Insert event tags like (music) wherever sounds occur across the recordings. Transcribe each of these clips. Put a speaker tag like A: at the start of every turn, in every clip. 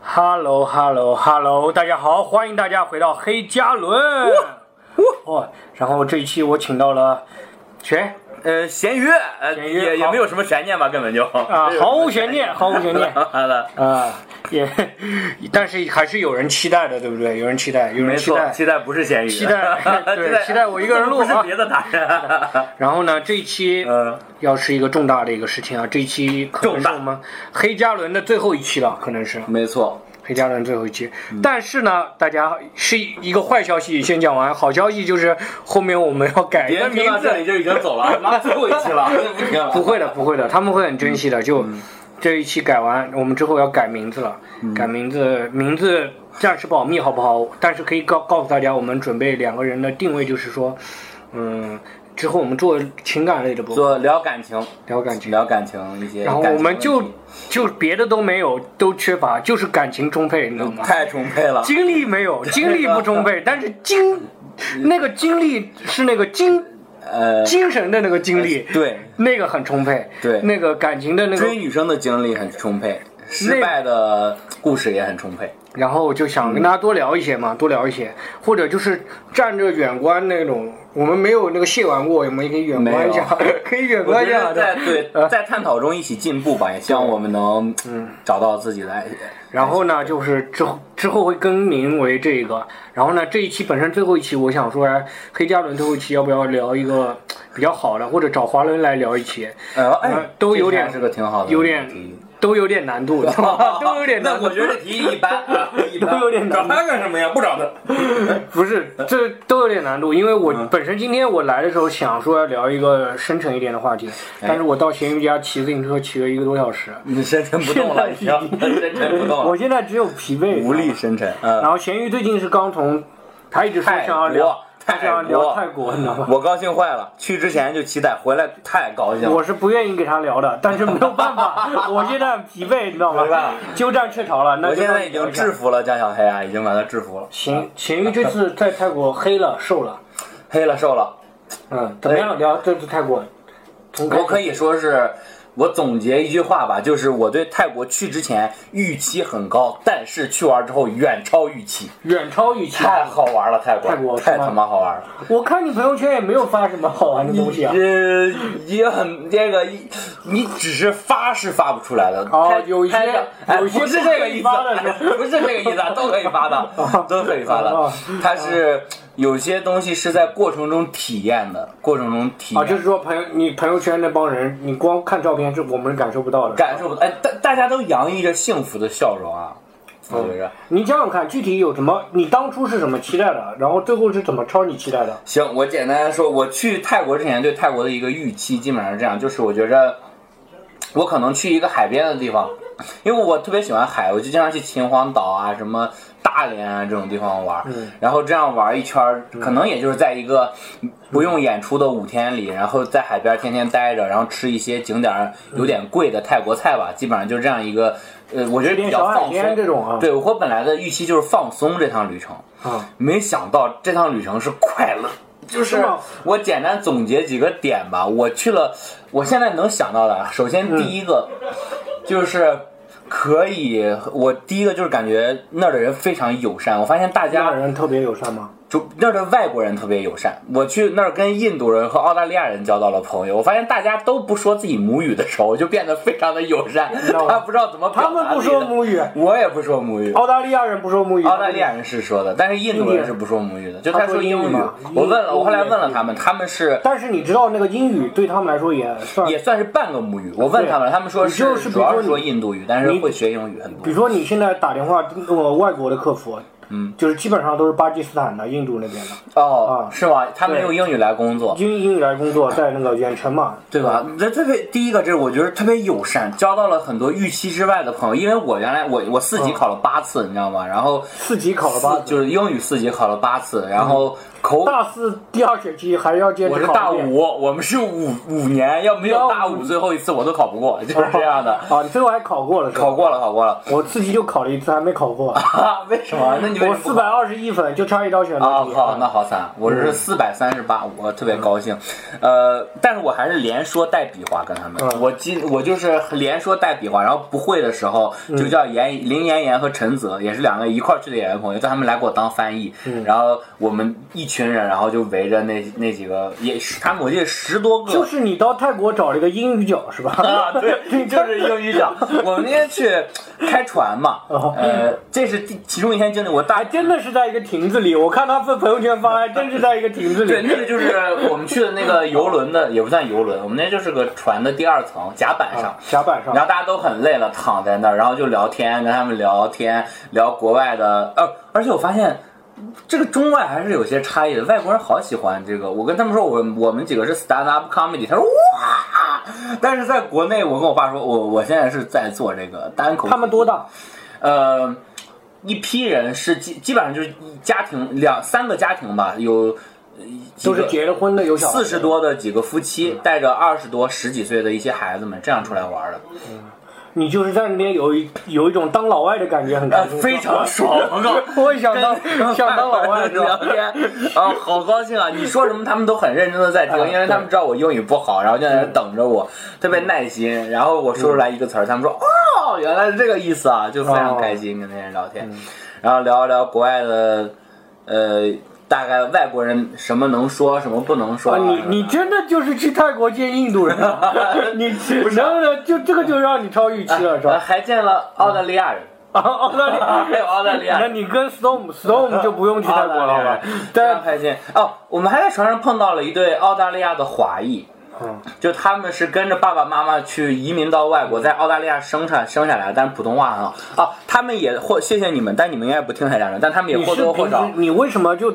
A: Hello Hello Hello，大家好，欢迎大家回到黑加仑。哦，然后这一期我请到了谁
B: 呃，咸鱼，呃，
A: 咸鱼
B: 也也
A: 好
B: 没有什么悬念吧，根本就 (laughs)
A: 啊？毫无悬念，毫无悬念
B: 好了，
A: 啊！也， (laughs) 但是还是有人期待的，对不对？有人期待，有
B: 没
A: 人期
B: 错，
A: 待。
B: 期待不是咸鱼，
A: 期
B: (laughs)
A: 待对期待我一个人录
B: 不是
A: 啊
B: 别的达
A: (laughs)
B: 人，
A: 然后呢，这一期
B: 嗯，
A: 要是一个重大的一个事情啊，这一期可能
B: 重
A: 是
B: 大
A: 我们黑加仑的最后一期了，可能是。
B: 没错，
A: 黑加仑最后一期。
B: 嗯
A: 但是呢，大家是一个坏消息，先讲完。好消息就是后面我们要改一
B: 别
A: 个
B: 人听
A: 名
B: 到
A: 字
B: 这。里就已经走
A: (laughs)
B: 了，妈，最后一期了，不听了，
A: 不会的，不会的，他们会很珍
B: 嗯
A: 惜的。就这一期改完，我们之后要改名字了，
B: 嗯
A: 改名字，名字暂时保密，好不好？但是可以告告诉大家，我们准备两个人的定位就是说，嗯，之后我们做情感类的播客，
B: 做聊感情，
A: 聊感情。
B: 聊感情一些
A: 然
B: 感
A: 后
B: 情问题，
A: 我们就就别的都没有，都缺乏，就是感情充沛，你知道吗？
B: 太充沛了，
A: 精力没
B: (laughs)
A: 有，精力不充沛，但是精，那个精力是那个精
B: 呃，
A: 精神的那个精力，
B: 对，
A: 那个很充沛，
B: 对
A: 那个感情的那
B: 追
A: 个，
B: 女生的经历很充沛，失败的故事也很充沛，
A: 然后我就
B: 嗯
A: 想跟大家多聊一些嘛，多聊一些，或者就是站着远观那种，我们没有那个卸完过，我们也可以远观一下， (laughs) 可以远
B: 我
A: 观一
B: 觉
A: 下
B: 得在
A: 的。
B: 对在探讨中一起进步吧，也希望我们能
A: 嗯
B: 找到自己的爱。
A: 然后呢，就是之后之后会更名为这个，然后呢，这一期本身最后一期，我想说，哎黑加仑最后一期要不要聊一个比较好的，或者找华伦来聊一期？
B: 呃，
A: 呃
B: 哎，
A: 都有
B: 这
A: 点
B: 还是个挺好的
A: 有
B: 问
A: 点
B: 题
A: 都有点难
B: (laughs)
A: 度， (laughs) 都有点难
B: 那
A: 度
B: 我。觉得这提议一般，一
A: 都
B: 般
A: 有点难
B: 找他干什么呀？不找他。
A: 不是，
B: 呃
A: 这都有点难度，因为我
B: 嗯
A: 本身今天我来的时候想说要聊一个深沉一点的话题，
B: 哎
A: 但是我到咸鱼家骑自行车骑了一个多小时，
B: (laughs) 你深沉不动了，已
A: (laughs)
B: 经深沉不动
A: 我
B: 了，
A: 现在只有疲惫
B: 无力。深沉。嗯，
A: 然后咸鱼最近是刚从，他一直说
B: 泰
A: 想要聊
B: 国，
A: 他想要
B: 泰国
A: 聊泰国，你知道吧？
B: 我高兴坏了，去之前就期待，回来太高兴了。
A: 我是不愿意给他聊的，但是没有办
B: (laughs)
A: 法，我现在很疲惫，你知道吗
B: 没办法？
A: 鸠占鹊巢了，那
B: 我
A: 就
B: 现
A: 让
B: 在
A: 你
B: 已
A: 聊
B: 经
A: 一下
B: 制服了江小黑啊，已经把他制服了，
A: 咸咸鱼这次在泰国黑了瘦了，
B: 黑了瘦了。
A: 嗯，怎么样聊这次泰国？从
B: 我可
A: 以
B: 以说是，我总结一句话吧，就是我对泰国去之前预期很高，但是去玩之后远超预期，
A: 远超预期。
B: 太好玩了，泰国，
A: 泰国
B: 太
A: 是吗
B: 他妈好玩了。
A: 我看你朋友圈也没有发什么好玩的东西啊。
B: 呃，也很这个，你只是发是发不出来的。
A: 哦
B: 拍
A: 有一些
B: 拍照哎，
A: 有一些
B: 不是这个
A: 不可以
B: 意思
A: 发的，
B: (laughs) 不是这个意思啊，都可以发的，都可以发的
A: (laughs) 哦。
B: 它是有些东西是在过程中体验的，过程中体
A: 啊，就
B: 验
A: 是说朋友，你朋友圈那帮人，你光看照片是我们感受不到的。
B: 感受不。哎，大大家都洋溢着幸福的笑容啊，我觉着。
A: 你想想看，具体有什么？你当初是怎么期待的？然后最后是怎么超你期待的？
B: 行，我简单说，我去泰国之前对泰国的一个预期基本上是这样，就是我觉着我可能去一个海边的地方，因为我特别喜欢海，我就经常去秦皇岛啊、什么大连啊这种地方玩。
A: 嗯
B: 然后这样玩一圈儿，可能也就是在一个不用演出的五天里，然后在海边天天待着，然后吃一些景点儿有点贵的泰国菜吧，基本上就这样一个。呃，我觉得比较
A: 小海
B: 放
A: 边
B: 松
A: 这种啊
B: 对我本来的预期就是放松这趟旅程，
A: 啊，
B: 没想到这趟旅程是快乐，就是是
A: 吗
B: 我简单总结几个点吧。我去了，我现在能想到的啊，首先第一个、
A: 嗯
B: 就是可以，我第一个就是感觉那儿的人非常友善，我发现大
A: 家
B: 家
A: 人特别友善吗？
B: 就那儿的外国人特别友善。我去那儿跟印度人和澳大利亚人交到了朋友，我发现大家都不说自己母语的时候，我就变得非常的友善。
A: 道吗
B: 他不知道怎么表
A: 他
B: 达
A: 们不
B: 自己
A: 说
B: 的
A: 母语，
B: 我也不说母语，
A: 澳大利亚人不说母语，
B: 澳大利亚人哦是说的，但是印度人是不说母语的，就他说英
A: 他说英语
B: 语
A: 嘛。
B: 我问了，我后来问了他们，他们是
A: 但是你知道那个英语对他们来说也算，
B: 也算是半个母语。我问他们，他们说
A: 你就是
B: 是
A: 比如说
B: 主要是说
A: 你
B: 印度语，但是
A: 你
B: 会学英语很多
A: 比。如说你现在打电话跟我外国的客服，嗯，就是基本上都是巴基斯坦的、印度那边的，
B: 哦
A: 啊，
B: 是吗？他们
A: 对
B: 用英语来工作，
A: 因为英语来工作，在那个远程嘛，
B: 对吧？这特别第一个，这是我觉得特别友善，交到了很多预期之外的朋友。因为我原来我我四级考了八次，你知道吗？然后
A: 四级嗯考了吧
B: 四？就是英语四级考了八次，然后口
A: 大四第二学期还要坚
B: 我
A: 持
B: 是
A: 考
B: 大
A: 一遍
B: 五，我们是五五年，要没有大五最后一次我都考不过，就是这
A: (laughs)
B: 样的。
A: 啊！你最后还考过了是吧？
B: 考过了，考过了。
A: 我自己就考了一次，还没考过。
B: (laughs) 啊？为什么？那你你为
A: 我
B: 什么不
A: 四百嗯
B: 考
A: 二十一分，就差一道选
B: 啊
A: 到你。
B: 好，那好惨，我是四百三十八，我特别高兴，呃，但是我还是连说带比划跟他们，
A: 嗯
B: 我记我就是连说带比划，然后不会的时候
A: 嗯
B: 就叫严林妍妍和陈泽，也是两个一块儿去的演员朋友，叫他们来给我当翻译，
A: 嗯
B: 然后我们一群人，然后就围着那那几个，也是他们我记得十多个，
A: 就是你到泰国找了一个英语角是吧？
B: (laughs) 啊，
A: (laughs)
B: 对，就是英语角。我们那天去开船嘛，
A: 哦
B: 呃，这是第其中一天经历。我大
A: 还真的是在一个亭子里，我看他朋友圈发，还真是在一个亭子
B: 对，
A: 里。
B: 那个就是我们去的那个游轮的，也不算游轮，我们那就是个船的第二层甲板上。
A: 啊甲板上
B: 然，后大家都很累了，躺在那儿，然后就聊天，跟他们聊天，聊国外的，呃，而且我发现这个中外还是有些差异的。外国人好喜欢这个，我跟他们说我我们几个是 stand up comedy，他说哇，但是在国内，我跟我爸说，我我现在是在做这个单口。
A: 他们多？大？
B: 呃，一批人是基基本上就是一家庭两三个家庭吧，有呃几
A: 都是
B: 个
A: 结了婚的，有小孩
B: 四十。多的几个夫
A: 嗯
B: 妻，带着二十多、十几岁的一些孩子们这样出来玩
A: (laughs)
B: 儿的。
A: 你就是在那边有一有一种当老外的感觉，很
B: 呃
A: 开心，
B: 非常爽，我告诉
A: (laughs) 我也想当
B: 跟
A: 想当老外是
B: 聊
A: 吧？
B: 天 (laughs) 啊，好高兴啊！你说什么他们都很认真的在听，
A: 嗯
B: 因为他们知道我英语不好，然后就在那等着我，特别耐心。然后我说出来一个词儿，他们说
A: 嗯
B: 哦，原来是这个意思啊，就非常开心跟那些人聊
A: 嗯
B: 天，然后聊一聊国外的，呃，大概外国人什么能说，什么不能说
A: 啊，
B: 啊。
A: 你你真的就是去泰国见印度人啊， (laughs)
B: (laughs)
A: 你能不能就这个就让你超预期了是
B: 呃 (laughs)
A: 吧？
B: 还见了澳大利亚人，
A: 啊，澳大利亚，
B: 还有澳大利亚
A: 那
B: 人。
A: 你跟 Storm Storm 就不用去泰国
B: (laughs)
A: 了吧？
B: 非常
A: (laughs) 但
B: 开心哦！我们还在船上碰到了一对澳大利亚的华裔，
A: 嗯
B: 就他们是跟着爸爸妈妈去移民到外国，在澳大利亚生产生下来的，但是普通话很好哦。他们也或谢谢你们，但你们应该不听台长的，但他们也
A: 你
B: 或
A: 是
B: 多或
A: 平
B: 少
A: 时你为什么就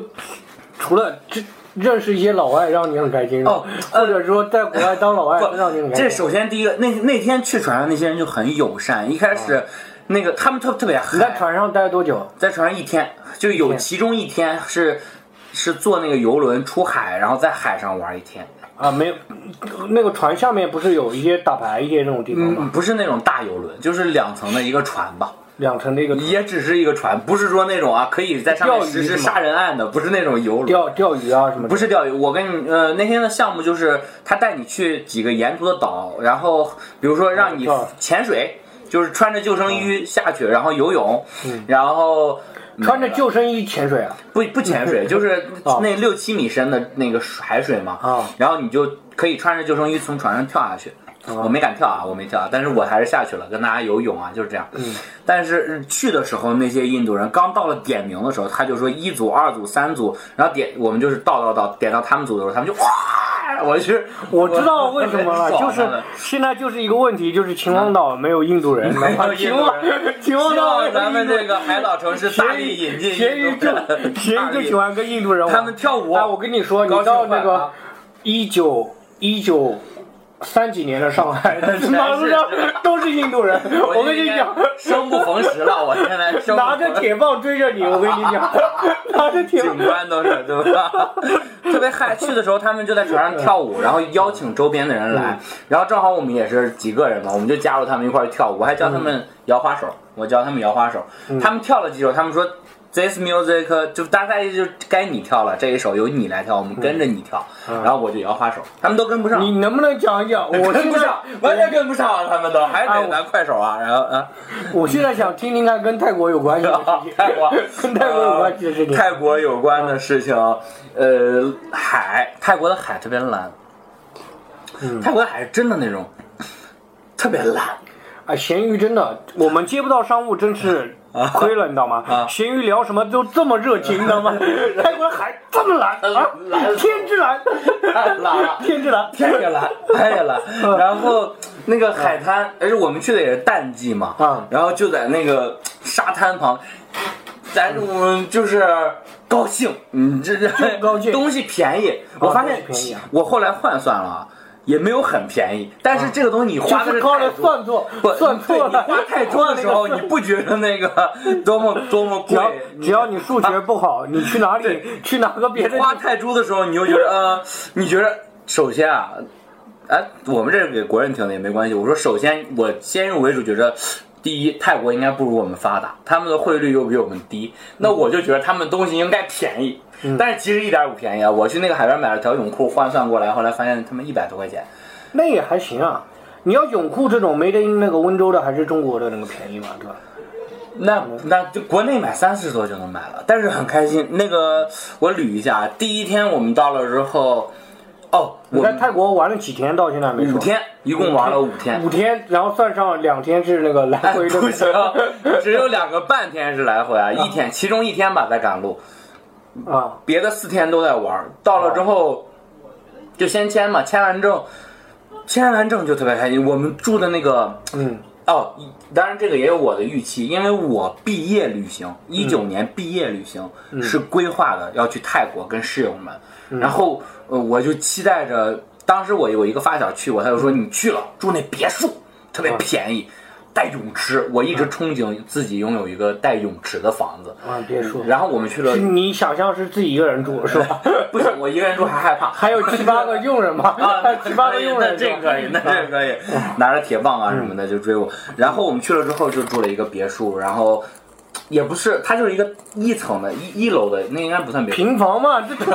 A: 除了这认识一些老外让你很开心，
B: 哦
A: 或者说在国外当老外
B: 不
A: 让你很开
B: 这
A: 心？
B: 首先第一个，那那天去船上那些人就很友善，一开始。那个他们特特别嗨，
A: 嗯你在船上待多久？
B: 在船上一天，就有
A: 天
B: 其中一天是是坐那个游轮出海，然后在海上玩一天。
A: 啊，没有，那个船下面不是有一些打牌一些那种地方吗？
B: 嗯，不是那种大游轮，就是两层的一个船吧，
A: 两层的一个
B: 也只是一个船，不是说那种啊可以在上面
A: 钓鱼
B: 实
A: 是吗
B: 施杀人案的，不是那种游轮。
A: 钓钓鱼啊什么的？
B: 不是钓鱼，我跟你呃那天的项目就是他带你去几个沿途的岛，然后比如说让你
A: 我知道
B: 潜
A: 嗯
B: 水，就是穿着救生衣下去，然后游泳，然后
A: 嗯穿着救生衣潜水啊？
B: 不不潜
A: (laughs)
B: 水，就是
A: 哦
B: 那六七米深的那个水海水嘛，
A: 哦
B: 然后你就可以穿着救生衣从船上跳下去。
A: 哦
B: 我没敢跳啊，我没跳啊，但是我还是下去了，跟大家游泳啊，就是这样。嗯，但是呃去的时候，那些印度人刚到了点名的时候，他就说一组、二组、三组，然后点我们就是到到到点到他们组的时候，他们就哇，我去，
A: (laughs) 我知道为什么了，
B: 我
A: 就
B: 爽
A: 是现在就是一个问题，就是秦皇岛没有印度人，
B: 没有印
A: 秦
B: 度
A: 皇
B: 人
A: (laughs) 秦皇
B: 希
A: 岛没
B: 望
A: 有
B: 咱们
A: 印度
B: 这
A: 人
B: 个海岛城市大力引进
A: 咸鱼
B: 印度
A: 就 (laughs)
B: 人，
A: 咸鱼就喜欢跟印度人玩，
B: 他们跳舞
A: 哎，我跟你说，你
B: 高兴
A: 到那
B: 坏了
A: 个
B: 啊
A: 一九一九。三几年的上
B: (laughs)
A: 海，
B: 是
A: 马路上都是印度人。我跟你讲，
B: 生不逢时了，我现在生不
A: 拿
B: 逢时
A: 着铁棒追着你，我跟你讲，拿着铁
B: (laughs) 警
A: 棒。
B: 官都是对吧？ (laughs) 特别嗨，去的时候他们就在船
A: 嗯
B: 上跳舞，然后邀请周边的人来，然后正好我们也是几个人嘛，我们就加入他们一块儿跳舞，我还
A: 嗯
B: 教他们摇花手，我教他们摇花手，他们跳了几首，他们说。This music 就大概就该你跳了，这一首由你来跳，我们跟着你跳，然后我就摇花手，他们都跟不上，
A: 嗯你能不能讲一讲？我
B: 跟
A: 现
B: (laughs) 不
A: 在
B: 上，完全跟不上啊，他们都还得咱快手啊，然后啊，
A: 我现在想听听看跟泰国有关系的事情
B: (laughs) ，泰国
A: 跟泰国有关系的事情。
B: 泰国有关的事情，呃，海，泰国的海特别蓝，泰国的海是真的那种特别蓝，
A: 啊，咸鱼真的，我们接不到商务真是
B: 啊
A: 亏了，你知道吗？咸鱼聊什么都这么热情，你知道
B: (laughs)
A: 吗？泰国海这么
B: 哎
A: 蓝啊
B: 蓝，
A: 天之蓝，
B: 太蓝了
A: 天之
B: (laughs)
A: 蓝，
B: 太蓝，太蓝。然后那个海滩，而且我们去的也是淡季嘛，
A: 嗯
B: 然后就在那个沙滩旁，咱我们就是。高兴，嗯，这这
A: 高兴
B: 东西便宜。我发现
A: 东西便宜啊，
B: 我后来换算了啊，也没有很便宜。但是这个东西你
A: 就
B: 花
A: 是
B: 的是
A: 靠
B: 太
A: 着
B: 多
A: 算错
B: 不，
A: 算错了。
B: 对你花太多的时候，你不觉得
A: (laughs)
B: 那个多么多么
A: 只
B: 贵
A: 要？
B: 你啊
A: 只要你数学不好，你去哪里去哪个别的地
B: 花太多的时候，你就觉得，呃，你觉得首先啊，哎，我们这是给国人听的也没关系。我说，首先我先入为主觉着第一，泰国应该不如我们发达，他们的汇率又比我们低，那我就觉得他们东西应该便宜，
A: 嗯
B: 但是其实一点儿也不便宜啊！我去那个海边买了条泳裤，换算过来，后来发现他们一百多块钱，
A: 那也还行啊。你要泳裤这种没得因那个温州的还是中国的那个便宜嘛，对吧？
B: 那那就国内买三十多就能买了，但是很开心。那个我捋一下，啊第一天我们到了之后，哦，
A: 你
B: 我
A: 在
B: 们
A: 泰国玩了几天，到现在没说
B: 五天，一共玩了五天，
A: 五天，然后算上两天是那个来
B: 哎
A: 回的，
B: 不行，只有两个半天是来回啊，一天，其中一天吧在赶路，
A: (laughs) 啊，
B: 别的四天都在玩儿。到了之后，就先签嘛，签完证，签完证就特别开心。我们住的那个
A: 嗯
B: 哦，当然这个也有我的预期，因为我毕业旅行，
A: 嗯
B: 一九年毕业旅行、是规划的要去泰国跟室友们，
A: 嗯
B: 然后呃我就期待着，当时我有一个发小去过，他就说你去了住那别墅，特别便宜，
A: 嗯
B: 带泳池，我一直憧憬自己拥有一个带泳池的房子。
A: 啊，别说，
B: 然后我们去了
A: 是，你想象是自己一个人
B: (laughs)
A: 住是吧？
B: 不行，我一个人住还害怕，
A: 还有七八个佣人嘛，
B: (laughs)
A: (laughs)
B: 啊，
A: 还有七八个佣人
B: 那这
A: 是
B: 个
A: 吧
B: 可以，
A: (laughs)
B: 那这个可以，
A: 嗯
B: 拿着铁棒啊什么的就追我。然后我们去了之后就住了一个别墅，然后也不是，它就是一个一层的一一楼的，那应该不算别墅。
A: 平房嘛，这 (laughs) 平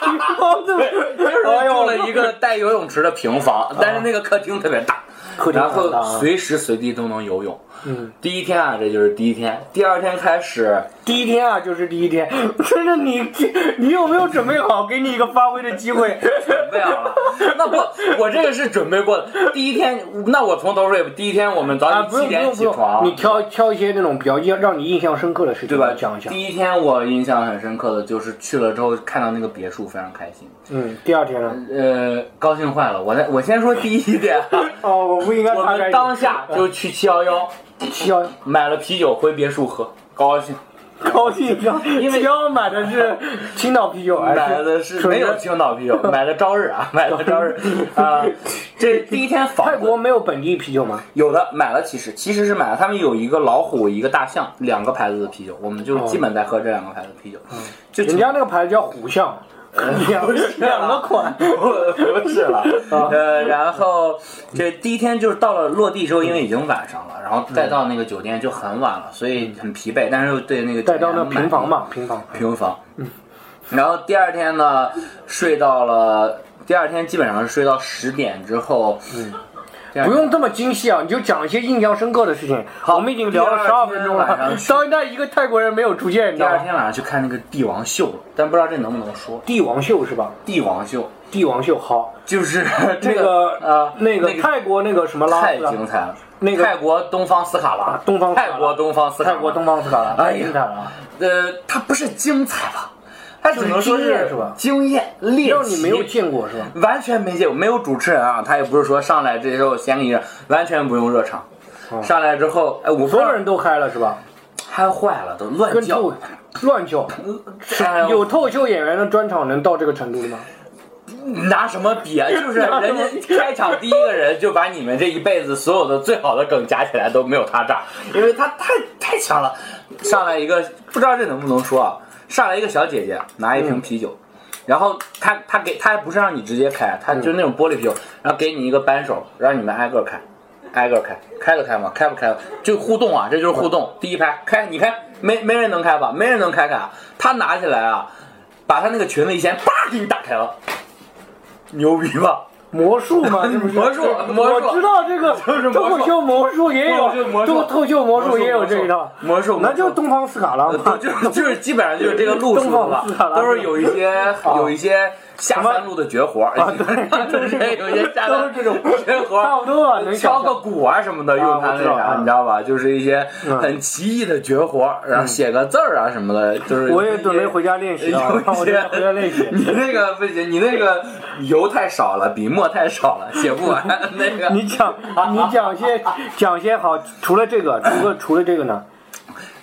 A: 房这
B: 就是
A: 哎呦嗯
B: 住了一个带游泳池的平房， (laughs) 但是那个客厅特别大，
A: 客厅
B: 然
A: 很大啊
B: 后随时随地都能游泳。
A: 嗯，
B: 第一天啊，这就是第一天。第二天开始，
A: (laughs) 第一天啊，就是第一天， (laughs) 真的你你有没有准备好给你一个发挥的机会？
B: 准备好了。 (laughs) 那不，我这个是准备过的。第一天，那我从头说起。第一天我们早
A: 啊，
B: 上
A: 不
B: 七
A: 用不
B: 点
A: 用
B: 起
A: 不用，
B: 床，
A: 你挑挑一些那种比较让让你印象深刻的事情，
B: 对吧？嗯
A: 讲一下。
B: 第一天我印象很深刻的就是去了之后看到那个别墅，非常开心，
A: 嗯，第二天呢？
B: 呃，高兴坏了。我来，我先说第一点
A: (laughs)
B: 啊，
A: 哦，我不应该
B: 我
A: 插开
B: 们
A: 你。
B: 当下就去七幺幺
A: 七幺
B: 买了啤酒回别墅喝，高兴。
A: 高兴一下， (laughs) 因为七幺买的是青岛啤酒，哎还
B: 买的是没有青岛啤酒，买的朝日
A: (laughs)
B: 啊，买的朝日啊、这第一天
A: 泰
B: 房子
A: 国没有本地啤酒吗？
B: 有的买了，其实其实是买了，他们有一个老虎，一个大象，两个牌子的啤酒，我们就
A: 哦
B: 基本在喝这两个牌子的啤酒，
A: 嗯
B: 就
A: 人家那个牌子叫虎
B: (laughs)
A: 象，两两个款。
B: 不不是了，
A: 啊
B: 呃，然后这第一天就是到了落地之后，因为已经晚上了，然后
A: 嗯
B: 再到那个酒店就很晚了，所以很疲惫，但是又对那个酒
A: 带
B: 店
A: 到那
B: 很满
A: 平房
B: 意
A: 嘛，嗯平房。
B: 平房，然后第二天呢，睡到了，第二天基本上是睡到十点之后，
A: 嗯不用这么精细啊，你就讲一些印象深刻的事情。我们已经聊了
B: 第
A: 十
B: 二
A: 二
B: 天
A: 分钟
B: 晚上
A: 了，
B: 去
A: 到现在一个泰国人没有出现，你知
B: 第
A: 道
B: 二
A: 吗？
B: 天晚上去看那个帝王秀了，但不知道这能不能说
A: 帝王秀是吧？
B: 帝王秀。
A: 帝王秀好，
B: 就是这
A: 那个
B: 呃
A: 那
B: 个
A: 个泰国那个什么拉
B: 太
A: 斯啊
B: 精彩了，
A: 那个啊
B: 泰国东方斯卡拉，
A: 东方斯卡拉
B: 泰国东方斯卡拉，
A: 泰国东方斯卡拉，
B: 哎
A: 太
B: 呀
A: 精彩了啊，
B: 呃，它不是精彩吧？它只能说
A: 就是经验是吧
B: 经验猎奇，
A: 让你没有见过是吧？
B: 完全没见过，没有主持人啊，他也不是说上来这时候先给你热，完全不用热场。上来之后，哎，我
A: 哦所有人都嗨了是吧？
B: 嗨坏了，都乱
A: 跟
B: 叫
A: 透，乱 (laughs) 叫，
B: 哎呦
A: 有脱口秀演员的专场能到这个程度的吗？
B: 拿什么比啊？就是人家开场第一个人就把你们这一辈子所有的最好的梗加起来都没有他炸，因为他太太强了。上来一个不知道这能不能说啊？上来一个小姐姐拿一瓶啤酒，然后她她给她还不是让你直接开，她就是那种玻璃啤酒，然后给你一个扳手，让你们挨个开，挨个开，开得开吗？开不开？就互动啊，这就是互动。第一排开，你开，没没人能开吧？没人能开开啊，他拿起来啊，把他那个裙子一掀，叭给你打开了。牛逼吧？
A: 魔术嘛，是不是？
B: (laughs) 魔术魔术
A: 我知道这个
B: (laughs) 就是魔术
A: 脱口秀魔术也有，
B: 脱口秀魔术
A: 脱口秀魔术也有这一套，
B: 魔术魔术呃
A: 那就是东方斯卡拉嘛，(laughs)
B: (laughs) 就是就是基本上就是这个路数
A: 东
B: 吧
A: 方斯啊卡，拉
B: 都是有一
A: (laughs)
B: 些有一些下三路的绝活
A: 啊
B: 儿，都 (laughs) 是有一些下三
A: 都
B: 路
A: 是这种
B: 绝活
A: 差不
B: 儿。
A: 多吧，能想象
B: 敲个鼓啊什么的，用它
A: 我
B: 那
A: 知道
B: 啥，
A: 嗯
B: 你知道吧？就是一些很奇异的绝活儿，然后写个字儿啊什么的，就是
A: 嗯我也准备回家练习了，
B: 有一些
A: (laughs) 我准备回家练
B: (laughs)
A: 习。
B: 你那个不行，你那个油太少了，笔墨太少了，写不完那个。
A: 你
B: (laughs)
A: 讲，你讲些讲些好，除了这个，除了除了这个呢？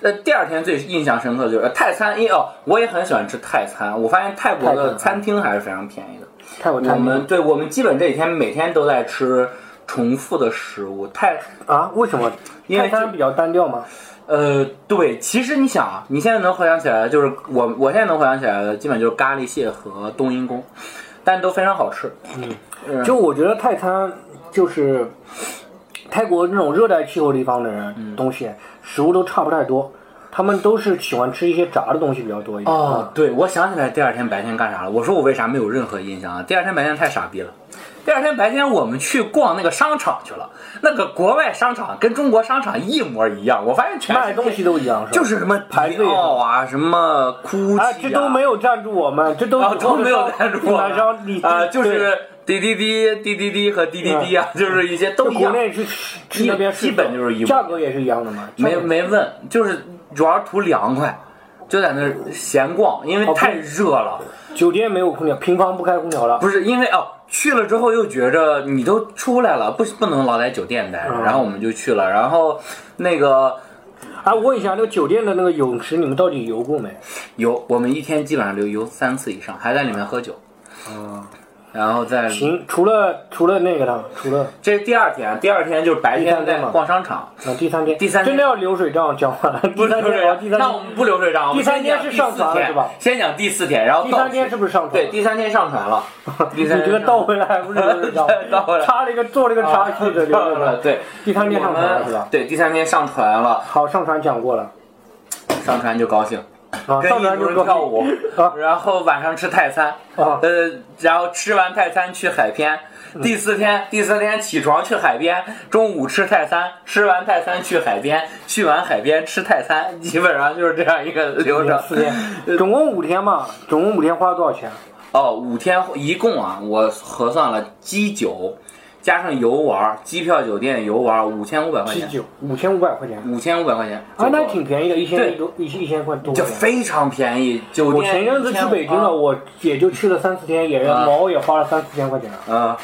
B: 那第二天最印象深刻的就是呃泰餐，因为哦，我也很喜欢吃泰餐。我发现泰国
A: 泰
B: 的
A: 餐
B: 餐厅还是非常便宜的。
A: 泰国
B: 我
A: 餐
B: 们
A: 厅
B: 对我们基本这几天每天都在吃重复的食物。泰
A: 啊？为什么？
B: 因为
A: 泰餐
B: 这
A: 比较单调吗？
B: 呃，对，其实你想啊，你现在能回想起来的就是我，我现在能回想起来的基本就是咖喱蟹和冬阴功，但都非常好吃。
A: 就我觉得泰餐就是泰国那种热带气候地方的人，
B: 嗯
A: 东西食物都差不太多，他们都是喜欢吃一些炸的东西比较多一点。嗯
B: 哦，对，我想起来第二天白天干啥了。我说我为啥没有任何印象啊？第二天白天太傻逼了。第二天白天我们去逛那个商场去了，那个国外商场跟中国商场一模一样。我发现全
A: 卖
B: 是
A: 东西都一样，是吧？
B: 就是什么
A: 排
B: 迪
A: 队
B: 奥啊，什么 GUCCI 啊，
A: 哎，这都没有赞助我们，这都
B: 啊，都没有赞助
A: 买商你
B: 啊，就
A: 对嗯
B: 是滴滴滴滴滴滴和滴滴滴啊，就是一些都一
A: 国
B: 样。
A: 内去吃吃那边
B: 基本就是一模一样
A: 价格也是一样的嘛。
B: 没
A: 价格
B: 没问，就是主要是图凉快，就在那儿闲逛，因为
A: 哦
B: 太热了。
A: 酒店没有空调，平房不开空调了。
B: 不是因为哦，去了之后又觉着你都出来了，不不能老在酒店待着，
A: 嗯
B: 然后我们就去了，然后那个
A: 哎，问一下，那个酒店的那个泳池，你们到底游过没？
B: 游，我们一天基本上游游三次以上，还在里面喝酒。嗯，然后再
A: 行，除了除了那个了，除了
B: 这是第二天，第二天就是白
A: 第三天
B: 天在
A: 嘛
B: 逛商场，
A: 啊，第三天，
B: 第三天
A: 真的要流水账讲完了。
B: (laughs) 不
A: 第三
B: 流
A: 天
B: 水
A: 啊，第
B: 账，
A: 三
B: 哦
A: 天
B: 那我，们不流水账，我们
A: 第三
B: 先讲
A: 天是
B: 第
A: 上
B: 四
A: 传了
B: 天
A: 是吧
B: 先讲第四天，然后
A: 第
B: 倒
A: 三天
B: 叙
A: 是不是上传
B: 对，第三天上
A: (laughs)
B: 传了，第
A: 你
B: 三天
A: 这个倒回来还不是流水账
B: (laughs) 对，倒回来
A: 插了一个做了一个插叙的流水
B: 了，
A: 账。
B: (laughs) 对，
A: 第三天上传
B: 我
A: 了
B: 们
A: 是吧？
B: 对，第三天上传了，
A: 好，上传讲过了
B: 上传就高兴，
A: 啊，
B: 跟
A: 上
B: 一
A: 传就是
B: 轮跳舞
A: 啊，
B: 然后晚上吃泰餐，
A: 啊
B: 呃，然后吃完泰餐去海边。第四天，第四天起床去海边，中午吃泰餐，吃完泰餐去海边，去完海边吃泰餐，基本上就是这样一个流程。
A: 四天，总共五天嘛，总共五天花了多少钱？
B: 哦，五天一共啊，我核算了鸡酒，加上游玩，机票、酒店、游玩，五千五百块
A: 啤
B: 钱，
A: 酒五千五百块钱，
B: 五千五百块钱，
A: 啊，那挺便宜的，一
B: 对
A: 千多，一千一千块多一
B: 就
A: 点。
B: 非常便宜。酒
A: 我
B: 店
A: 前阵子去北京了，
B: 1200
A: 我也就去了三四天，也
B: 啊
A: 毛也花了三四千块钱。
B: 啊，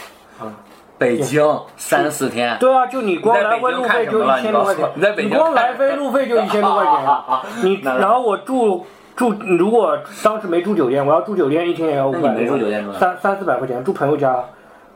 B: 北京三四
A: (laughs)
B: 天，
A: 对啊，就你光来回路费就一千多块钱，
B: 你在北京看什
A: 光
B: 么了你告诉我你在北京看
A: 来回路费就一千多块
B: (laughs) 啊啊啊
A: 钱，你
B: 那
A: 然后我住住，如果当时没住酒店，我要住酒店一天也要五
B: 那
A: 百，
B: 你没住酒店住哪
A: 三三四百块钱，住朋友家。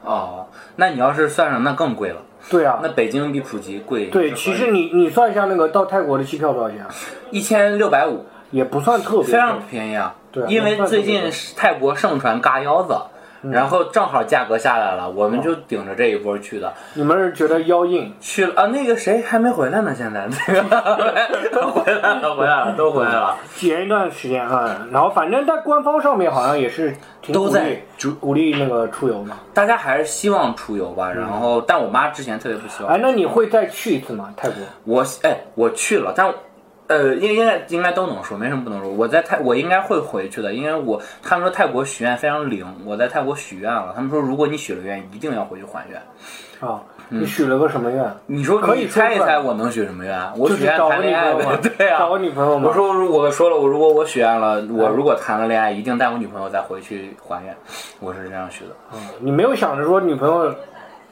B: 哦，那你要是算上，那更贵了。
A: 对啊
B: 那，北京比普吉贵，
A: 对，其实你你算一下那个到泰国的机票多少钱，啊
B: 一千六百五，
A: 也不算特别贵
B: 非常便宜啊。
A: 对啊
B: 因为最
A: 那算
B: 近泰国盛传嘎腰子。
A: 嗯
B: 然后正好价格下来了，我们就顶着这一波去的，
A: 你们是觉得腰硬，
B: 去了啊，那个谁还没回来呢，现在 (laughs) 那个回来了，回来了，都回来了，
A: 前一段时间啊，然后反正在官方上面好像也是挺
B: 都
A: 鼓
B: 在
A: 励
B: 主
A: 鼓励那个出游嘛。
B: 大家还是希望出游吧。然后，但我妈之前特别不希
A: 嗯
B: 望
A: 哎，，那你会再去一次吗？泰国？
B: 我哎，我去了，但呃，应应该应该都能说，没什么不能说。我在泰，我应该会回去的，因为我他们说泰国许愿非常灵，我在泰国许愿了。他们说如果你许了愿，一定要回去还愿。
A: 啊，
B: 嗯
A: 你许了个什么愿？
B: 你说
A: 可以
B: 你猜一
A: 说出来
B: 猜我能许什么愿？我
A: 就
B: 许
A: 是
B: 愿
A: 找个
B: 谈
A: 女
B: 恋
A: 朋
B: 爱
A: 友嘛
B: 呗，， (laughs) 对呀、
A: 找个女朋友嘛。嗯
B: 我说，如我说了，我如果我许愿了，我如果谈了恋爱，一定带我女朋友再回去还愿，我是这样许的。
A: 你没有想着说女朋友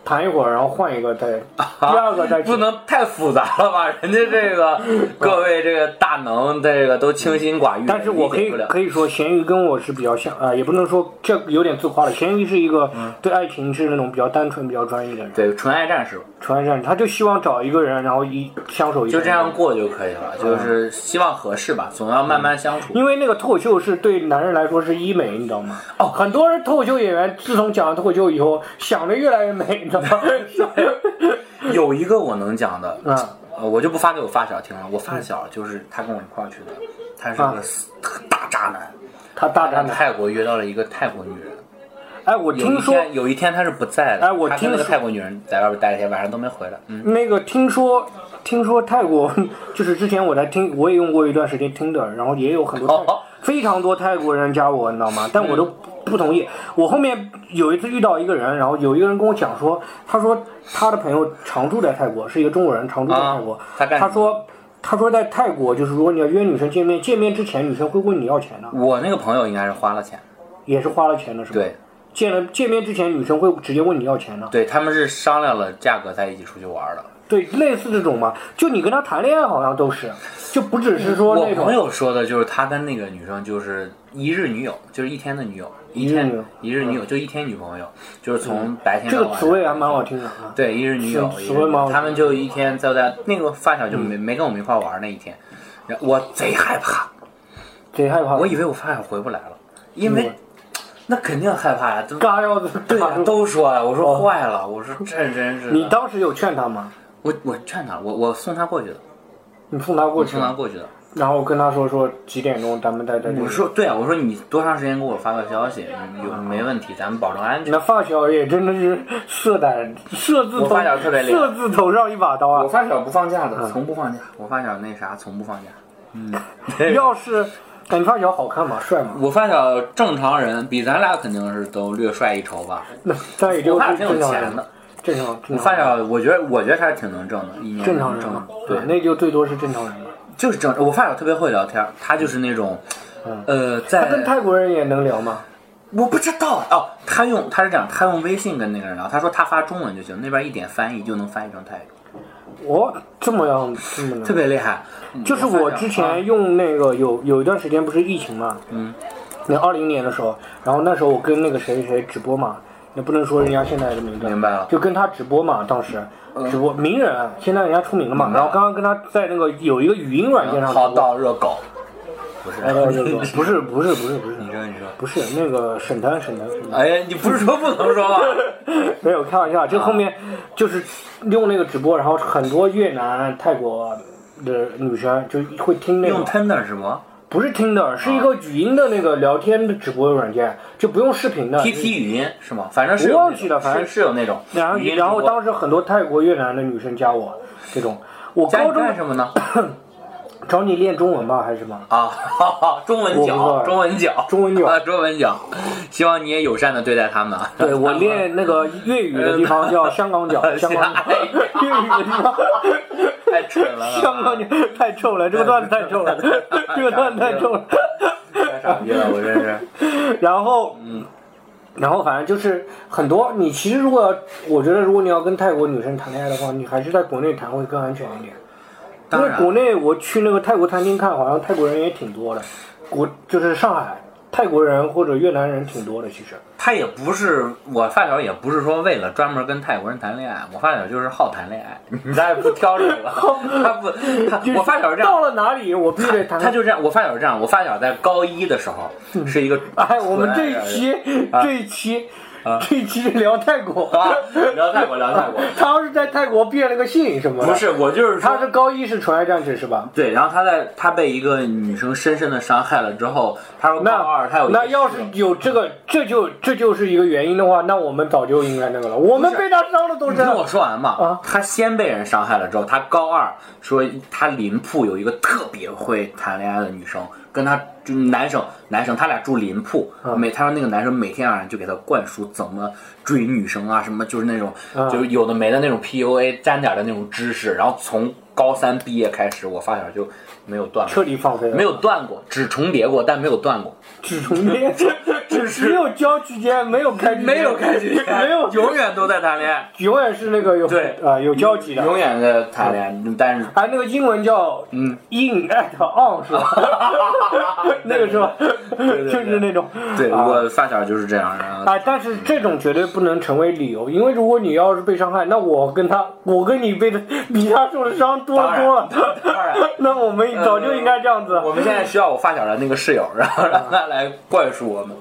A: 谈一会儿，然后换一个
B: (laughs)
A: 再、第二个再去
B: 不能太复杂了吧？人家
A: (laughs)
B: 这个各位这个大能，这个都清心寡欲，
A: 但是我可
B: 理
A: 以
B: 解不了
A: 可以说，咸鱼跟我是比较像啊、也不能说这有点自夸了。咸鱼是一个
B: 嗯
A: 对爱情是那种比较单纯、比较专一的人，
B: 对纯爱战士。
A: 纯爱战士，他就希望找一个人，然后一相守一
B: 就这
A: 生
B: 样过就可以了，
A: 嗯
B: 就是希望合适吧，总要慢慢相处。
A: 因为那个脱口秀是对男人来说是医美，你知道吗？哦，很多人脱口秀演员自从讲了脱口秀以后，想的越来越美，你知道
B: (laughs)
A: 吗？ (laughs)
B: 有一个我能讲的，
A: 嗯
B: 呃，我就不发给我发小听了。我发小就是他跟我一块儿去的，他是个
A: 啊
B: 死大渣男，
A: 他大
B: 在
A: 胆的，
B: 泰国约到了一个泰国女人。
A: 哎，我
B: 有
A: 听
B: 一
A: 说
B: 天，有一天他是不在的，
A: 哎我
B: 他跟
A: 听
B: 那个
A: 说
B: 泰国女人在外边待了一天，晚上都没回来。嗯，
A: 那个听说，听说泰国 (laughs) 就是之前我在听，我也用过一段时间听的，然后也有很多泰、
B: 哦
A: 非常多泰国人加我，你知道吗？但我都不同意。我后面有一次遇到一个人，然后有一个人跟我讲说，他说他的朋友常住在泰国，是一个中国人，常住在
B: 啊
A: 泰国。
B: 他干什么
A: 他说。他说，在泰国，就是如果你要约女生见面，见面之前女生会问你要钱的，
B: 我那个朋友应该是花了钱，
A: 也是花了钱的，是吧？
B: 对，
A: 见了见面之前，女生会直接问你要钱的。
B: 对他们是商量了价格在一起出去玩的。
A: 对，类似这种嘛，就你跟他谈恋爱好像都是，就不只是说
B: 我
A: 那
B: 朋
A: 种。
B: 友说的就是他跟那个女生就是一日女友，就是一天的女友，一
A: 日女
B: 天
A: 友嗯
B: 一日女友就一天女朋友，就是从白天
A: 这
B: 到晚
A: 个
B: 上。
A: 词汇还蛮好听的啊。
B: 对，一日女友，
A: 是
B: 一日
A: 词
B: 女
A: 汇吗
B: 友他们就一天在在那个发小就没
A: 嗯
B: 没跟我们一块玩那一天，然后我贼害怕，
A: 贼害怕。
B: 我以为我发小回不来了，因为
A: 嗯
B: 那肯定害怕呀，都
A: 嘎腰子。
B: 对呀，啊
A: 嘎住哦
B: 都说呀，我说坏了，我说这真是的
A: 你当时有劝他吗？
B: 我我劝他，我我送他过去的，
A: 你送他过
B: 我
A: 去
B: 送，他过去的。
A: 然后我跟他说说几点钟咱们在这里
B: 我。说对啊，我说你多长时间给我发个消息，有没问题，咱们保证安全。
A: 那发小也真的是色胆色字头，
B: 我发小特别厉害
A: 色字头上一把刀
B: 我
A: 啊！
B: 发小不放假的，从不放假。嗯我发小那啥，从不放假。
A: 要是哎你发小好看吗？帅吗？
B: (laughs) 我发小正常人比咱俩肯定是都略帅一筹吧。
A: 那但也就
B: 我
A: 是
B: 发小挺
A: 正
B: 有
A: 常
B: 钱
A: 人，
B: 的，
A: 正常
B: 我
A: 正
B: 发
A: 常
B: 小我觉得我觉得他是挺能挣的，一年
A: 正常
B: 能
A: 人
B: 挣
A: 嘛，
B: 对，
A: 那就最多是正常人了。
B: 就是正。我发小特别会聊天，他就是那种，呃，
A: 嗯他跟
B: 在
A: 泰国人也能聊吗？
B: 我不知道哦，他用他是这样，他用微信跟那个人聊，他说他发中文就行，那边一点翻译就能翻译成泰语，
A: 我这么样这么能
B: 特别厉害。嗯
A: 就是我之
B: 啊
A: 前用那个有有一段时间不是疫情嘛，嗯，那二零年的时候，然后那时候我跟那个谁谁直播嘛，也不能说人家现在的名字，啊
B: 明白了嗯
A: 就跟他直播嘛，当时直播名人，啊现在人家出名了嘛，然后刚刚跟他在那个有一个语音软件上直
B: 好
A: 播，
B: 到热狗，不是，
A: 哎对对对
B: (laughs)
A: 不是不是不是不是
B: 你说你说，
A: 不是那个沈腾沈腾沈腾，
B: 哎呀，你不是说不能
A: (laughs)
B: 说吗？
A: 没有开玩笑，就后
B: 啊
A: 面就是用那个直播，然后很多越南泰国的女生就会听那个
B: 用 Tinder 是吗
A: 不是 Tinder，是一个语音的那个聊天的直播软件，就不用视频的。
B: ？PT 语音是吗？反正是有
A: 呃我
B: 那
A: 忘
B: 种
A: 记了反正
B: 是是有那种。
A: 然后，
B: 语音
A: 然后
B: 直播
A: 当时很多泰国、越南的女生加我，这种，我
B: 加
A: 高
B: 你干
A: 中
B: 什么呢？
A: 找你练中文吧，还是什么？
B: 啊， (laughs) 哈哈中文
A: 我不知
B: 角，
A: 道
B: 中文角，
A: 中文角
B: 啊， (laughs) 中文角，希望你也友善的对待他们啊。
A: 对
B: (laughs)
A: (laughs) 我练那个粤语的地方叫香港脚，香港脚，呃 (laughs) 粤语的地方。
B: 太蠢了，
A: 香港脚太臭了，这个段子太臭了， (laughs) 这个段子太臭了。
B: 太傻逼了，我真
A: (laughs)
B: 是。
A: 然后，然后反正就是很多，你其实如果要，我觉得如果你要跟泰国女生谈恋爱的话，你还是在国内谈会更安全一点。因
B: 当
A: 为
B: 然
A: 国内我去那个泰国餐厅看，好像泰国人也挺多的，国就是上海泰国人或者越南人挺多的，其实。
B: 他也不是我发小，也不是说为了专门跟泰国人谈恋爱，我发小就是好谈恋爱， (laughs) 咱也不挑
A: (laughs)
B: 这个， (laughs) 他不，
A: 就
B: 他
A: 是
B: 我发小是这
A: 到
B: 样，
A: 了哪里我必须得谈。
B: 他就这样，我发小是这样，我发小在高一的时候是一个，
A: (laughs) 哎，我们这一期
B: 哎
A: 这一期这一期聊泰国，
B: 啊， (laughs) 聊泰国聊泰国，
A: (laughs) 他要是在泰国变了个性什么的。
B: 不，是我就是
A: 他
B: 说
A: 是高一是纯爱战士是吧？
B: 对，然后他在他被一个女生深深的伤害了之后，他说高
A: 那
B: 二他有一个嗯
A: 那要是有这个，这就这就是一个原因的话，那我们早就应该那个了。我们被他伤的都
B: 你
A: 是
B: 听我说完嘛，
A: 啊
B: 他先被人伤害了之后，他高二说他邻铺有一个特别会谈恋爱的女生，跟他就男生男生他俩住邻铺，
A: 啊
B: 每他说那个男生每天晚上就给他灌输怎么追女生啊，什么就是那种、就是有的没的那种 PUA 沾点儿的那种知识，然后从高三毕业开始，我发小就没有断过，
A: 彻底放飞了，
B: 没有断过，只重叠过，但没有断过。
A: 只重叠， (laughs) 只
B: 是
A: 没有交区间，没有开区间，
B: 没有开始，
A: (laughs) 没有
B: 永远都在谈恋爱，
A: 永远是那个有
B: 对
A: 啊有交集的。
B: 永远在谈恋爱，但是
A: 哎，那个英文叫嗯，in at on 是吧？
B: (laughs)
A: 那个是吧？
B: 对
A: 就是那种
B: 对、
A: 啊
B: 我发小就是这样，然后
A: 啊，但是这种绝对不能成为理由，因为如果你要是被伤害，那我跟他，我跟你被他比他受的伤多
B: 当然
A: 多了，
B: 当然呃
A: 那我们早就应该这样子
B: 我们现在需要我发小的那个室友，然后让他来灌输我们。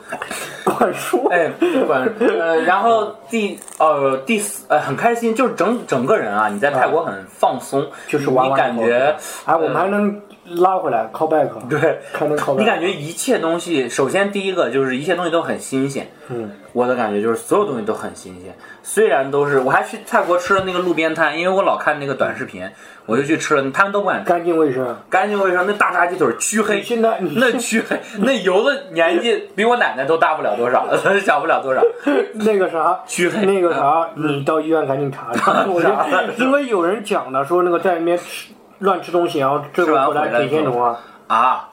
A: 灌输。
B: 哎，灌输。呃，然后第呃第四呃很开心，就是整整个人啊，你在泰国很放松，
A: 就是玩
B: 你
A: 玩
B: 感
A: 以后
B: 觉呃
A: 哎，我们还能拉回来，call back，
B: (laughs) 对。
A: 还能 call back。
B: 你感觉一切东西，首先第一个就是一切东西都很新鲜。嗯，我的感觉就是所有东西都很新鲜，虽然都是我还去泰国吃了那个路边摊，因为我老看那个短视
A: 嗯
B: 频，我就去吃了，他们都不敢吃。
A: 干净卫生？ (laughs)
B: 干净卫生，那大闸鸡腿黢黑，
A: 你现在你
B: (laughs) 那黢黑，那油的年纪比我奶奶都大不了多少， (laughs) 小不了多少。
A: 那个
B: (laughs)
A: 啥，
B: 黢黑
A: 那个
B: (laughs)
A: 啥，你到医院赶紧查查。我觉得，因为有人讲的说那个在里面吃乱吃东西，然后最
B: 吃完
A: 后回
B: 回来
A: 来铁
B: 之
A: 线
B: 后
A: 虫啊
B: 啊
A: 啊！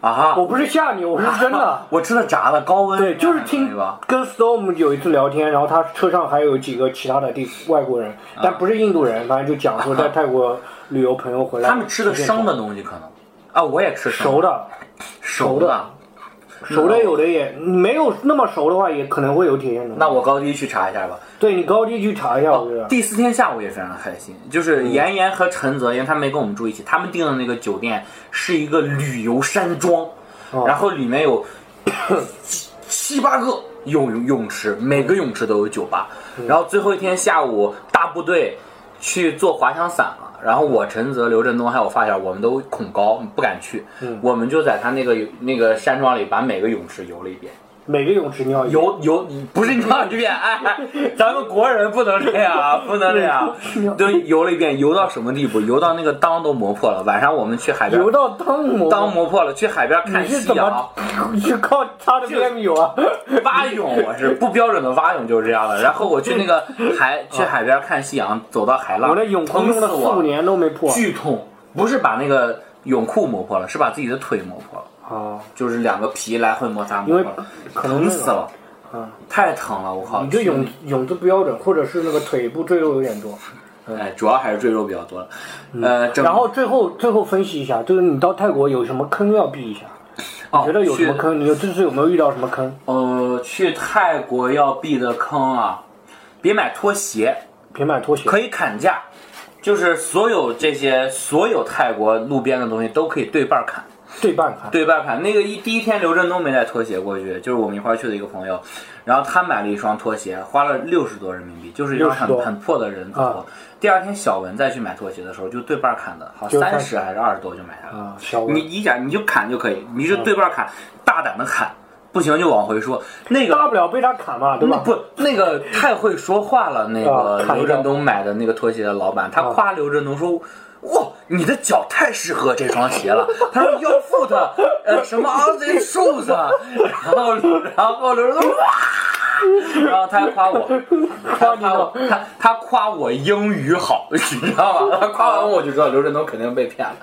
B: 啊哈！
A: 我不是吓你，我是真
B: (laughs)
A: 的。
B: 我吃了炸的，高温哎
A: 对，就是听
B: 啊对吧？
A: 跟 Storm 有一次聊天，然后他车上还有几个其他的地外国人，
B: 啊
A: 但不是印度人，反正就讲说在泰国旅游朋友回来，
B: 他们吃的生的东西可能啊，我也吃生
A: 熟
B: 的
A: 的，
B: 熟
A: 熟的。
B: 嗯
A: 熟的有的也没有那么熟的话，也可能会有铁线虫。
B: 那哦我高低去查一下吧。
A: 对你高低去查一下，我觉得。
B: 第四天下午也非常开心，就是妍妍和陈泽，因为他们没跟我们住一起，他们订的那个酒店是一个旅游山庄，然后里面有七七八个泳泳池，每个泳池都有酒吧。然后最后一天下午，大部队去做滑翔伞了。然后我陈泽、刘振东还有发小，我们都恐高，不敢去。我们就在他那个那个山庄里，把每个泳池游了一遍。
A: 每个泳池尿一遍
B: 游游不是你往这边，哎，咱们国人不能这样，啊，不能
A: (laughs)
B: 这样，都游了一遍，游到什么地步？游到那个裆都磨破了。晚上我们去海边，
A: 游到当磨
B: 裆磨破了，去海边看
A: 你是
B: 夕
A: 怎
B: 阳
A: 么。 (laughs) 去靠擦着边游啊？
B: 蛙泳我是不标准的蛙泳就是这样的，然后我去那个
A: (laughs)
B: 海去海边看夕阳，走到海
A: 啊
B: 浪，
A: 我的泳裤
B: 疼
A: 用
B: 死
A: 了四
B: 我
A: 五，年都没破。
B: 剧痛，不是把那个泳裤磨破了，是把自己的腿磨破了，
A: 啊，
B: 就是两个皮来回摩擦
A: 因
B: 磨
A: 为
B: 破了，
A: 可能
B: 疼
A: 那
B: 死
A: 个啊
B: 了，太疼了，我靠！
A: 你这泳泳姿不标准，或者是那个腿部赘肉有点多。
B: 哎，主要还是赘肉比较多了，呃，
A: 嗯
B: 整
A: 然后最后最后分析一下，就是你到泰国有什么坑要避一下？
B: 哦
A: 你觉得有什么
B: 去
A: 坑？你有这次有没有遇到什么坑？
B: 呃，去泰国要避的坑啊，别买拖鞋，
A: 别买拖鞋。
B: 可以砍价，就是所有这些所有泰国路边的东西都可以对半砍。
A: 对半砍。
B: 对半砍。那个一第一天，刘振东没带拖鞋过去，就是我们一块儿去的一个朋友，然后他买了一双拖鞋，花了六十多人民币，就是一双
A: 60多
B: 很很破的人字拖。
A: 啊
B: 第二天小文再去买拖鞋的时候，就对半砍的，好
A: 就开
B: 三
A: 始
B: 十还是二十多就买下来了。
A: 啊，小
B: 你
A: 文。
B: 你想你就砍就可以，你就对半砍，大胆的砍，不行就往回说。那个
A: 大不了被他砍嘛，对
B: 那
A: 吧？
B: 不，那个太会说话了。那个
A: 啊看一
B: 刘
A: 下啊
B: 振东买的那个拖鞋的老板，他夸刘振东说：“哇，你的脚太适合这双鞋了。”他说：“Your foot，呃，什么 on the shoes。”然啊后，然后刘振东哇，然后他还夸我，他夸我，他他夸我英语好， (laughs) 你知道吗？他夸完我就知道刘振东肯定被骗了。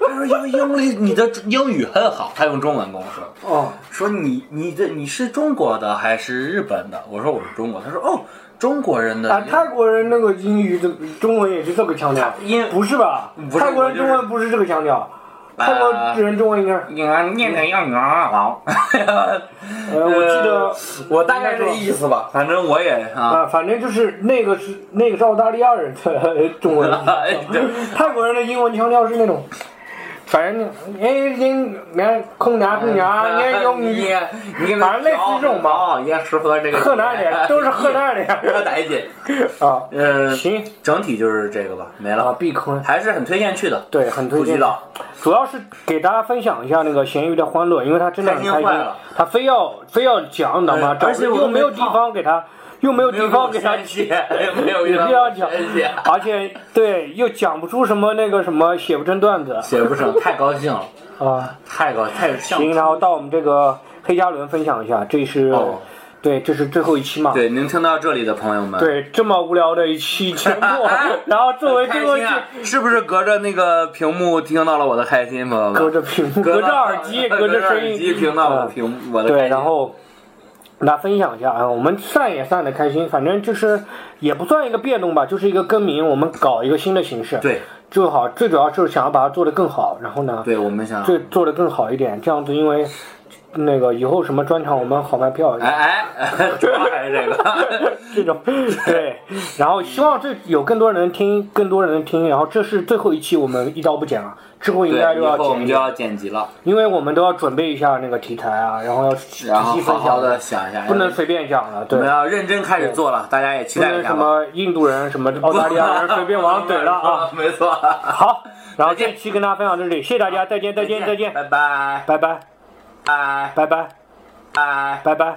B: 他说：“英英语，你的英语很好。”他用中文跟我说。
A: 哦，
B: 说你你的你是中国的还是日本的？我说我是中国。他说哦，中国人的。
A: 啊，泰国人那个英语的中文也是这个腔调，
B: 因
A: 不是吧？
B: 嗯是
A: 泰国人
B: 我就是
A: 中文不是这个腔调，泰国人中文应该是，
B: 你啊，念念要你啊！
A: (laughs) 呃，我记得
B: 我大概这个意思吧，反正我也啊，
A: 啊，反正就是那个是那个是澳大利亚人的中文
B: (laughs) 哎对，
A: 泰国人的英文腔调是那种，反正哎，英哎空娘空
B: (laughs)
A: 娘，哎英
B: 你
A: 语，
B: 你
A: 反正类似这种吧
B: 吧，也适合这个
A: 河南
B: (laughs)
A: 的都是河南
B: 河
A: 的
B: 南的。
A: 啊，
B: 嗯，
A: 行
B: 整体就是这个吧，没
A: 啊，
B: 了，
A: 避坑。
B: 还是很推荐去的。
A: 对，很推
B: 不
A: 荐
B: 知。道，
A: 主要是给大家分享一下那个咸鱼的欢乐，因为他真的很
B: 开
A: 开
B: 心
A: 心
B: 坏了，
A: 他非要非要讲，你知道吗？
B: 对而且我
A: 又没有
B: 都没
A: 地
B: 胖
A: 方给他，又没有地方给他
B: 删写， (laughs) 没啊有
A: 也
B: 遇
A: (laughs)
B: 到
A: 不要讲
B: 删写，
A: 而且对又讲不出什么那个什么，写不成段子
B: 写不成，太高兴了。
A: 啊。
B: 太高太像
A: 行，然后到我们这个黑加仑分享一下，这是
B: 哦
A: 对，这是最后一期嘛。
B: 对，您听到这里的朋友们，，，
A: 对，这么无聊的一期节目
B: (laughs)
A: 然后作为
B: 开
A: 最后一
B: 心
A: 期，
B: 啊！是不是隔着那个屏幕听到了我的开心，朋友们？
A: 隔着屏幕，
B: 隔
A: 隔着耳
B: (laughs)
A: 机，
B: 隔
A: 隔着声
B: 耳机
A: 音，
B: 听到我的
A: 嗯
B: 屏幕我的开
A: 对，
B: 心
A: 然后给大家分享一下啊，我们散也散的开心，反正就是也不算一个变动吧，就是一个更名，我们搞一个新的形式，，
B: 对
A: 最好最主要就是想要把它做得更好，然后呢，
B: 对，我们想，
A: 这做得更好一点，这样子因为那个以后什么专场我们好卖票。
B: 哎哎， (laughs) 主要还是这个，
A: (laughs) 这种对，然后希望这有更多人能听，更多人能听。然后这是最后一期，我们一刀不剪了，啊之后 (laughs) 应
B: 对，
A: 该就
B: 以
A: 要
B: 后我
A: 剪
B: 们
A: 一
B: 就
A: 点，
B: 要剪辑了，
A: 因为我们都要准备一下那个题材啊，然后要仔
B: 然后
A: 细
B: 好
A: 分
B: 好
A: 享
B: 的想一下，
A: 不能随便讲了，对
B: 我们，要认真开始做了，大家也期
A: 不
B: 待
A: 能
B: 一下
A: 什
B: (laughs) 吧。！
A: 么印度人、什么澳大利亚人随便往上怼了啊
B: 没错。
A: (laughs) 好，然后
B: 再见
A: 这一期跟大家分享到这里，谢谢大家，再见，再见，再见，
B: 拜拜，
A: 拜拜，
B: 拜
A: 拜拜，
B: 拜
A: 拜拜，拜
B: 拜。
A: 拜。